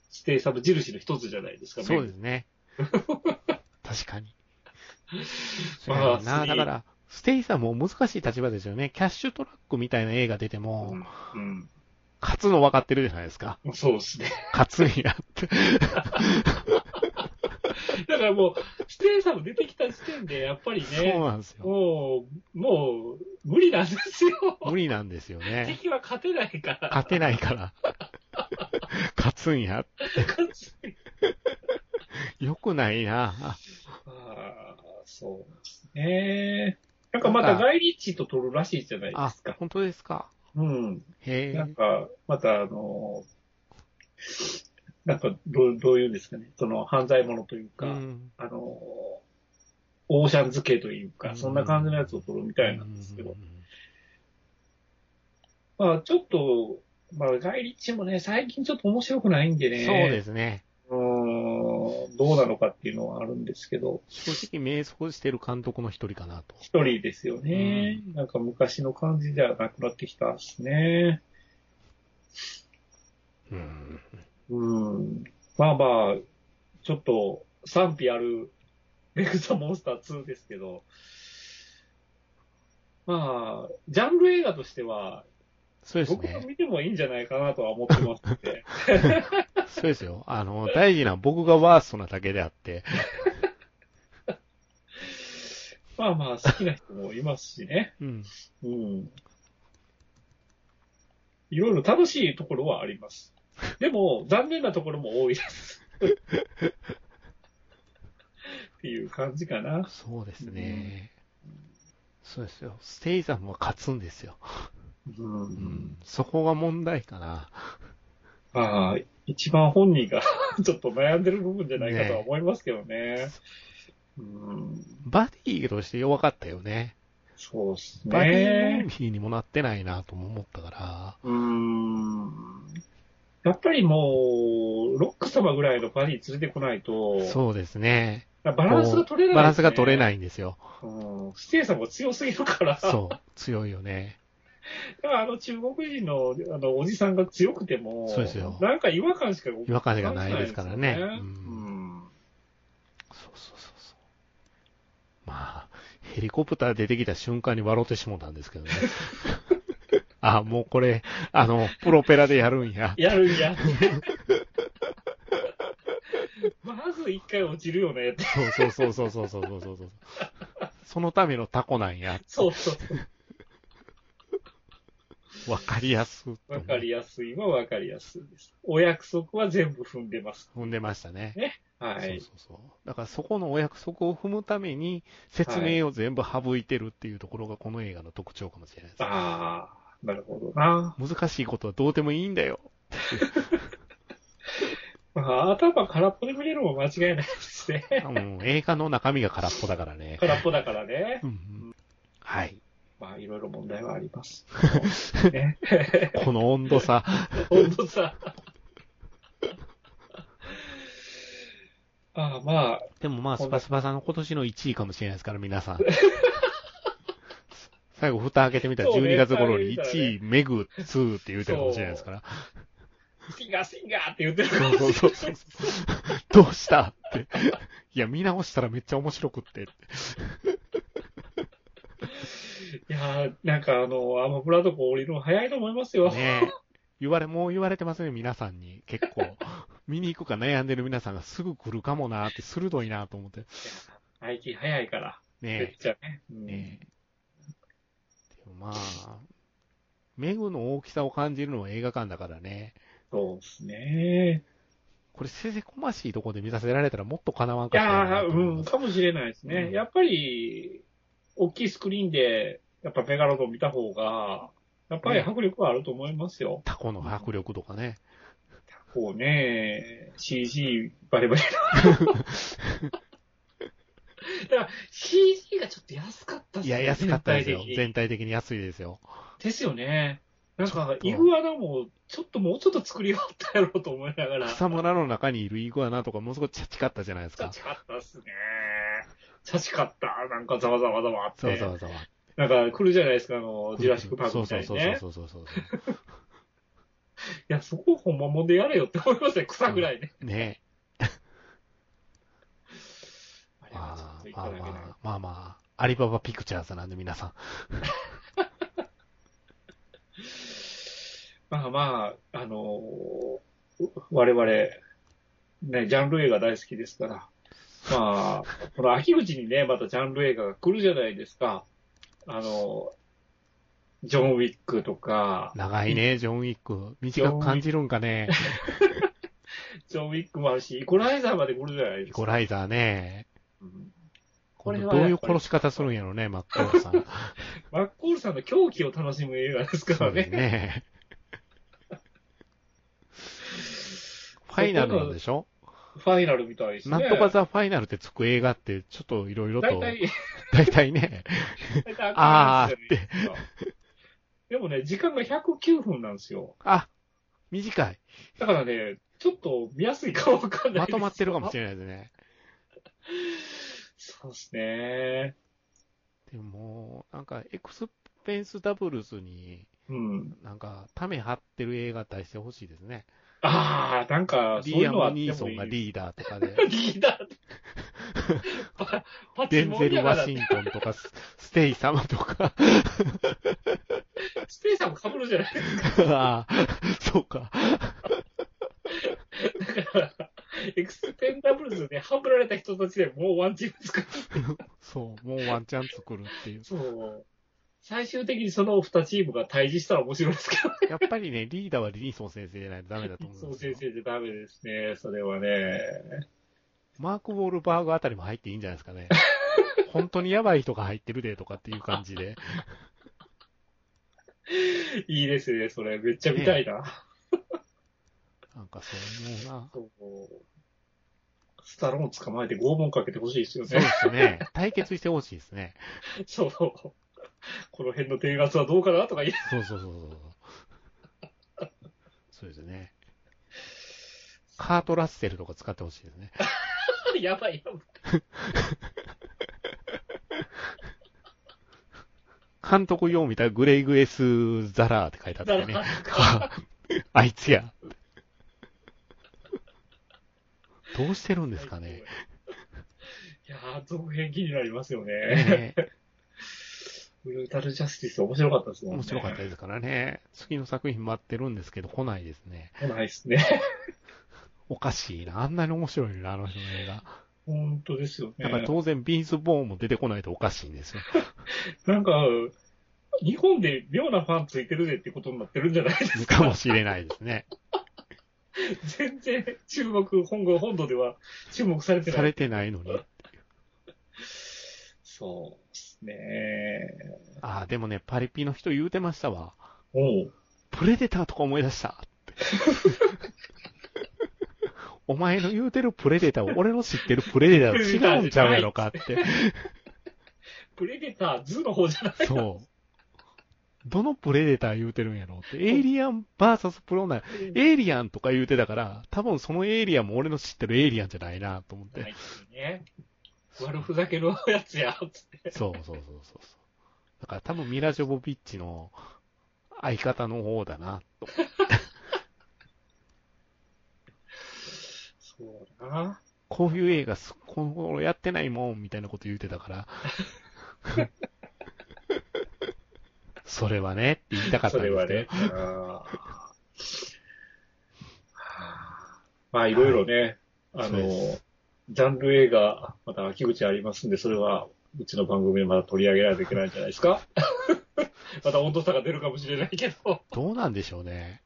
C: ステイサム印の一つじゃないですかね。
B: そうですね。確 かに。そう
C: まあ
B: やな。
C: 次
B: だから、ステイさんも難しい立場ですよね。キャッシュトラックみたいな映画出ても、
C: うん。
B: 勝つの分かってるじゃないですか。
C: うん。そうですね。
B: 勝つんやって。
C: だからもう、ステイサム出てきた時点で、やっぱり
B: そう
C: ね、
B: なんですよ。
C: もう、もう、無理なんですよ。
B: 無理なんですよね。
C: 敵は勝てないから。
B: 勝てないから。勝つんや。
C: 勝つ
B: 良くないな。
C: ああ、そうですね。なんかまたガイリッチと撮るらしいじゃないで
B: あ
C: すか、。
B: 本当ですか。
C: うん。
B: へ
C: なん
B: え。
C: か、またあの、なんかどう、どういうんですかね。その犯罪者という
B: う
C: か、
B: ん。
C: あの、オーシャンズ系という
B: う
C: か、
B: ん
C: そんな感じのやつを撮るみたいなんですけど。まあちょっと、まあガイリッチもね、最近ちょっと面白くないんで
B: そう
C: ね。
B: ですね。
C: うーん、どうなのかっていうのはあるんですけど。
B: 正直、瞑想してる監督の一人かなと。
C: 一人ですよね。なんか昔の感じじゃなくなってきたですね。
B: うん。
C: うん。まあまあ、ちょっと賛否あるレグザモンスター2ですけど、まあ、ジャンル映画としては、
B: そうです
C: 僕が
B: ね。
C: 見てもいいんじゃないかなとは思ってますので、
B: そうですよ。あの、大事な僕がワーストなだけであって。
C: まあまあ、好きな人もいますしね。
B: うん。
C: うん。いろいろ楽しいところはあります。でも、残念なところも多いです。っていう感じかな。
B: そうですね。そうですよ。ステイザムは勝つんですよ。
C: う
B: う。ん。そこが問題かな。
C: まあ、一番本人が ちょっと悩んでる部分じゃないかとは思いますけどね。うん、
B: バディとして弱かったよね。
C: そうです
B: バディム
C: ね
B: ー。ビーにもなってないなとも思ったから。
C: うん。やっぱりもう、ロック様ぐらいのパリ連れてこないと、
B: そうですね。
C: バランスが取れない、
B: バランスが取れ
C: い。
B: ないんですよ。
C: うん、ステイさんも強すぎるから。
B: そう。強いよね。
C: だからあの中国人のあのおじさんが強くても、
B: そうですよ
C: なんか違和感しか起こ
B: 違和感がないですからね。
C: ないです
B: う
C: ようんん。
B: そうそうそうそう。まあ、ヘリコプター出てきた瞬間に笑ってしもたんです けどね。あ、もうこれ、あの、プロペラでやるんや。
C: やるんや。まず一回落ちるよねって。
B: そうそうそうそうそうそうそうそう。そのためのタコなんや。
C: そうそう。
B: わかりやすい。
C: わかりやすいはわかりやすいです。お約束は全部踏んでます。
B: 踏んでましたね。
C: は
B: そう
C: い。
B: そうそう。だからそこのお約束を踏むために、説明を全部省いてるっていうところがこの映画の特徴かもしれないですね。
C: ああ、なるほどな。
B: 難しいことはどうでもいいんだよ。
C: まあ、頭空っぽで見れるのも間違いないですね。
B: うん、映画の中身が空っぽだから ね。
C: 空っぽだからね。
B: うんうん はい。
C: まあ、いろいろ問題はあり ます。
B: この温度差。
C: 温度差。 ああ、まあ、
B: でもまあ、スパスパさんの今年の1位かもしれないですから、皆さん。最後、蓋開けてみたら
C: そうね
B: 12月頃に
C: 蓋開けて
B: 1位、メグ2って言うてるかもしれないですから。
C: シンガーシンガーって言ってるか
B: そう
C: も
B: そう
C: し
B: そう
C: れない
B: そう。 どうしたって。いや、見直したらめっちゃ面白くって。
C: いやー、なんかあの、アマプラとか降りるの早いと思いますよ。
B: ねえ。言われ、もう言われてますね、皆さんに。結 構。見に行くか悩んでる皆さんがすぐ来るかもなーって、鋭いなーと思って。
C: 最近早いから、め
B: ね
C: っちゃね。う
B: え。
C: ん
B: ねえ。でもまあ、メグの大きさを感じるのは映画館だからね。
C: そうですね。
B: これ、せせこましいとこで見させられたらもっと叶わん
C: い
B: かったな
C: や
B: と
C: ー、
B: 思い
C: うん、
B: ます
C: かもしれないですね。
B: うん
C: やっぱり、大きいスクリーンで、やっぱメガロドン見た方が、やっぱり迫力はあると思いますよ。
B: タコの迫力とかね。
C: こうね、CG バレバ レだ。だから CG がちょっと安かったっ
B: いや、安かったですよ
C: 全体的。に
B: 全体的に安いですよ。
C: ですよね。なんか、
B: と
C: イグアナも、ちょっともうちょっと作り終わったやろうと思いながら。
B: 草むらの中にいるイグアナとかものすごいチャチかったじゃないです
C: ちゃ
B: か。
C: ちかったっすね。ちゃちかった。なんかざわざわざわって。
B: そうそうそう。
C: なんか来るじゃないですか、あの、ジュラシックパークみたいにね。
B: そうそうそうそうそうそ
C: いや、そこ本物でやれよって思いますね。草ぐらいね。
B: う。ね
C: あれは
B: まあ
C: ちょっとい
B: ま
C: た
B: あ
C: だけない。
B: まあ、まあまあ、アリババピクチャーズなんで皆さん。
C: まあまあ、あのー我々、ね、ジャンル映画大好きですから、まあ、この秋口にね、またジャンル映画が来るじゃないですか。あのージョン・ウィックとか、
B: 長い ね、ジョンウィック。短く感じるんかね。
C: ジョン・ウィックもあるし、イコライザーまで来るじゃないで
B: イ
C: す
B: コ
C: か。
B: ライザーね。
C: うんこ
B: こ
C: れ
B: れ
C: は
B: どういう殺し方するんやろうね、マッコールさん。
C: マッコールさんの狂気を楽しむ映画ですか
B: そ
C: ら
B: うです
C: ね。
B: ね。ファイナルなんでしょ
C: ファイナルみたいです
B: な
C: ね。
B: んとかザ・ファイナルってつく映画って、ちょっといろいろ
C: 大
B: と、
C: 体、
B: 大体ね、
C: 大体
B: あー
C: 明るいじゃないですかでもね、時間が109分なんですよ。
B: あ、短い。
C: だからね、ちょっと見やすいかわかんない
B: まとまってるかもし
C: れない。
B: れないですね。
C: そうですね。
B: でも、なんか、エクスペンスダブルズに、
C: うん。
B: なんか、ため張ってる映画出してほしいですね。
C: ああ、なんか、そう
B: リー
C: いう
B: ア
C: の
B: ム・
C: はあって
B: ニー
C: も
B: ソ
C: い
B: ン
C: い。
B: がリーダーとかで、
C: リーダーって。パパ
B: デ
C: チ
B: ン
C: モ
B: ゼ
C: ンや
B: ル・
C: か
B: ワ
C: ら
B: シントンとか、スステイ様とか。
C: スペーサーも被るじゃないです
B: あーそうか。
C: か。エクスペンダブルズで、ハブられた人たちでもうワンチーム作る。
B: そう、もうワンチャン作るっていう。
C: そう。最終的にその2チームが対峙したら面白いですけどね。
B: やっぱりね、リーダーはリーソン先生じゃないとダメだと思うん
C: そう
B: ですよ
C: 先生じゃダメですね、それはね。
B: マーク・ウォールバーグあたりも入っていいんじゃないですかね。本当にやばい人が入ってるでとかっていう感じで。
C: いいですね、それ。めっちゃ見たいな。
B: なんかそう思うな。
C: そうスタローン捕まえて拷問かけてほしいですよ
B: そうで
C: ね。
B: すね。対決してほしいですね。
C: そう。この辺の低圧はどうかなとか言え
B: そうそうそうそう。そうですね。カート・ラッセルとか使ってほしいですね。
C: やばいやばい。
B: 監督用みたいなグレイグエス・ザラーって書いてあったよね。あいつや。どうしてるんですかね。。
C: いやー、続編気になりますよね。
B: ね
C: ブルータルジャスティス面白かったですもんね。
B: 面白かったですからね。次の作品待ってるんですけど、来ないですね。
C: 来ないですね。
B: おかしいな。あんなに面白いのにな、あの人の映画。
C: 本当ですよね。
B: だから当然、ビーズ・ボーンも出てこないとおかしいん ですよ。
C: なんか、日本で妙なファンついてるぜってことになってるんじゃないです
B: か
C: か。
B: もしれないですね。
C: 全然中国、本国、本土では注目されてない。
B: されてないのに。
C: そうですね。
B: ああ、でもね、パリピの人言うてましたわ。
C: おう。
B: プレデターとか思い出したって。お前の言うてるプレデター、俺の知ってるプレデターと違うんちゃうやろかって。
C: プレデター、ズの方じゃない
B: そう。どのプレデター言うてるんやろって。エイリアンバーサスプロナイエイリアンとか言うてたから、多分そのエイリアンも俺の知ってるエイリアンじゃないなと思っ
C: ない
B: て。
C: ですよね。悪ふざけのやつや、つって。
B: そうそうそうそうそう。だから多分ミラ・ジョボビッチの相方の方だな、と。
C: そうだな。
B: こういう映画す、この頃やってないもん、みたいなこと言うてたから。それはね、って言いたかったん
C: そ
B: で
C: れは
B: すけど。
C: ね。あーまあ、いろいろね、あ
B: そう
C: の
B: で、
C: ジャンル映画、また秋口ありますんで、それは、うちの番組でまだ取り上げないといけないんじゃないで すかまた温度差が出るかもしれないけど。
B: どうなんでしょうね。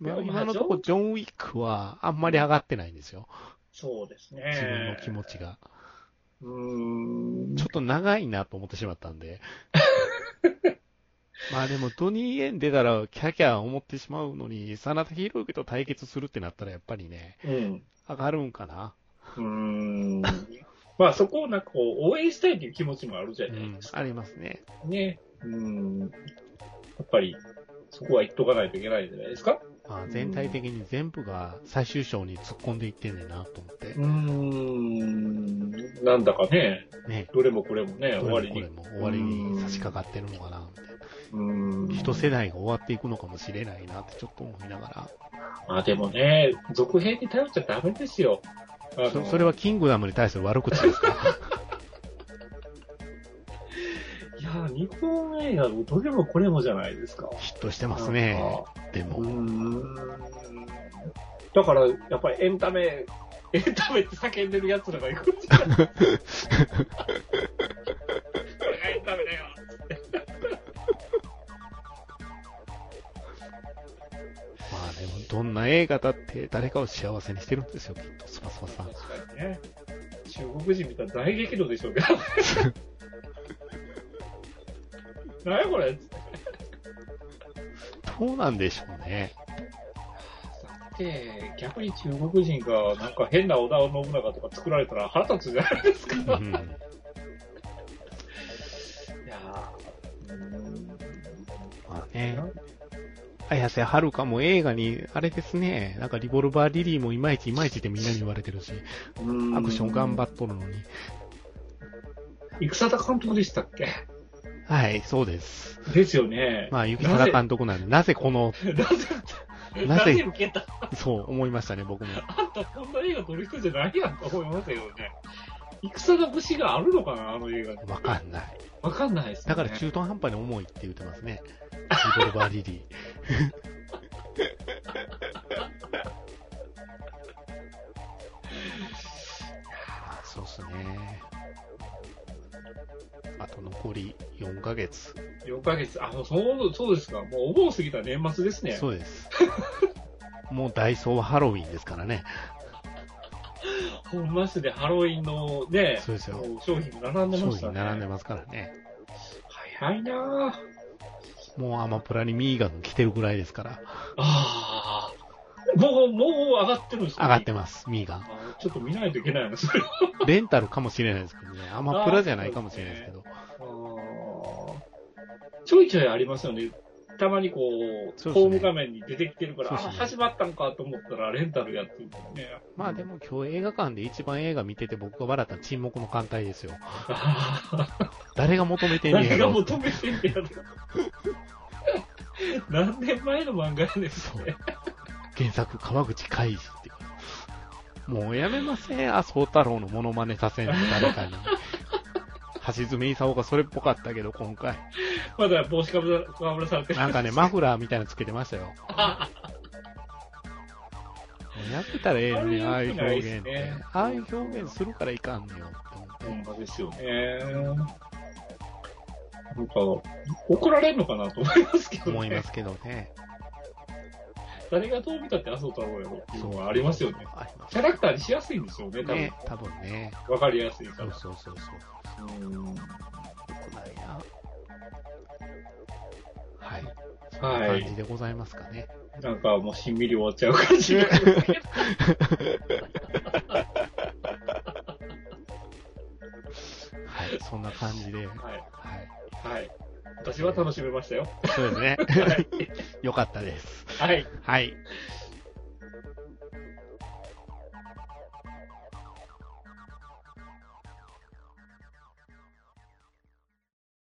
C: いや
B: 今
C: まあ
B: 今のとこジョン・ウィックはあんまり上がってないんですよ。
C: そうですね。
B: 自分の気持ちが。
C: うーん
B: ちょっと長いなと思ってしまったん で。まあでも、ドニー・エン出たら、キャキャ思ってしまうのに、真田広之と対決するってなったら、やっぱりね、
C: うん。
B: 上がるんかな。
C: うーん。まあ、そこをなんかこう、応援したいという気持ちもあるじゃ
B: う
C: ない
B: ん
C: です、か。
B: ありますね。
C: ね。うん。やっぱり、そこは言っとかないといけないんじゃないですか
B: まあ、全体的に全部が最終章に突っ込んでいってんねんなと思って
C: う。ーん、なんだかね、
B: ね。
C: どれもこれもね、
B: ど
C: 終わり
B: れもこれ
C: に。う
B: も終わりに差し掛かってるのかな、みたい
C: ーん。
B: な。一世代が終わっていくのかもしれないなってちょっと思いなが
C: まあでもね、続編に頼っちゃダメですよ。あ
B: ら。
C: の
B: そそれはキングダムに対する悪口ですか
C: いや、日本映画、どれもこれもじゃないですか。
B: ヒットしてますね。で
C: なんか。うー
B: も、
C: ん。だから、やっぱりエンタメ、エンタメって叫んでる奴らがいくんじゃないこ れがエンタメだよ。
B: まあでも、どんな映画だって誰かを幸せにしてるんですよ、きっと。スパスパさん。
C: 確かにね。中国人見たら大激怒でしょうけど。何やこれだ
B: どうなんでしょうね。
C: って、逆に中国人がなんか変な織田信長とか作られたら腹立つじゃないですか。
B: う
C: い
B: ん。
C: やーうーん
B: まあね。綾瀬はるかも映画に、あれですね、なんかリボルバーリリーもいまいちいまいちってみんなに言われてるし、アクション頑張っとるのに。
C: 戦田監督でしたっけ
B: はい、そうです。
C: ですよね。
B: まあ、雪貞監督なんで、なぜこ の、
C: なぜ、
B: なぜ
C: なぜ受けた
B: そう思いましたね、僕も。
C: あんたこんな映画撮る人じゃないやんか思いましたけどね。戦田節があるのかなあの映画に。
B: わかんない。
C: わかんないです、ね。
B: だから中途半端に重いって言ってます ね。リボルバーリリー。まあそうっすね。あと残り4ヶ月。
C: 4ヶ月。あ、もうそう、そうですか。もうお盆過ぎた年末ですね。
B: そうです。もうダイソーはハロウィンですからね。
C: ほんまっすでハロウィンのね、
B: そうですよ
C: もう商品並んでま
B: 商
C: した
B: 品
C: ね。
B: 並んでますからね。
C: 早いなぁ。
B: もうアマプラにミーガン来てるぐらいですから。
C: ああ。もう、もう上がってるんですか
B: 上がって
C: ま
B: ます、ミーガン。
C: す。ちょっと見ないといけないな、それは。
B: レンタルかもしれないですけどね。アマプラじゃないかもしれないですけど。
C: あーちょいちょいありますよね。たまにこう、
B: そうですね
C: ホーム画面に出てきてるから、
B: そうですね
C: あ、始まったんかと思ったら、レンタルやってるからね。
B: まあでも今日映画館で一番映画見てて僕が笑った沈黙の艦隊ですよ。誰が求めてんねんや
C: 誰が
B: ろ。
C: 求めてんねやろ。何年前の漫画やねん。
B: そう。原作川口海二っていう。もうやめません、麻生太郎のモノマネさせんの誰 かに。橋爪功がそれっぽかったけど今回。
C: まだ帽子かぶらかぶらされてる。
B: なんかね、マフラーみたいなのつけてました よ。やってたらええのに、あ
C: あ
B: あ
C: れ
B: い
C: 良
B: う
C: くない
B: 表
C: っ
B: 現
C: すね
B: って。ああいう表現するからいかんのよって思って。
C: ほんまですよね。なんか、怒られるのかなと思いますけどね。
B: 思いますけどね。
C: 誰がどう見たって麻生太郎やろっていうのはありますよね。
B: あります
C: キャラクターにしやすいんでしょうね、多分。
B: ね。多分ね。
C: わかりやすいか
B: そう
C: ら。
B: そうそうそう。
C: うん
B: 良くないな。はい。
C: は
B: 感
C: い。
B: じでございますかね。
C: なんかもうしんみり終わっちゃう感 じが。
B: はい。そんな感じで。はい。
C: はい。はい。私は楽しめましたよ。
B: そうですね。
C: はい。
B: よかったです。
C: はい。
B: はい。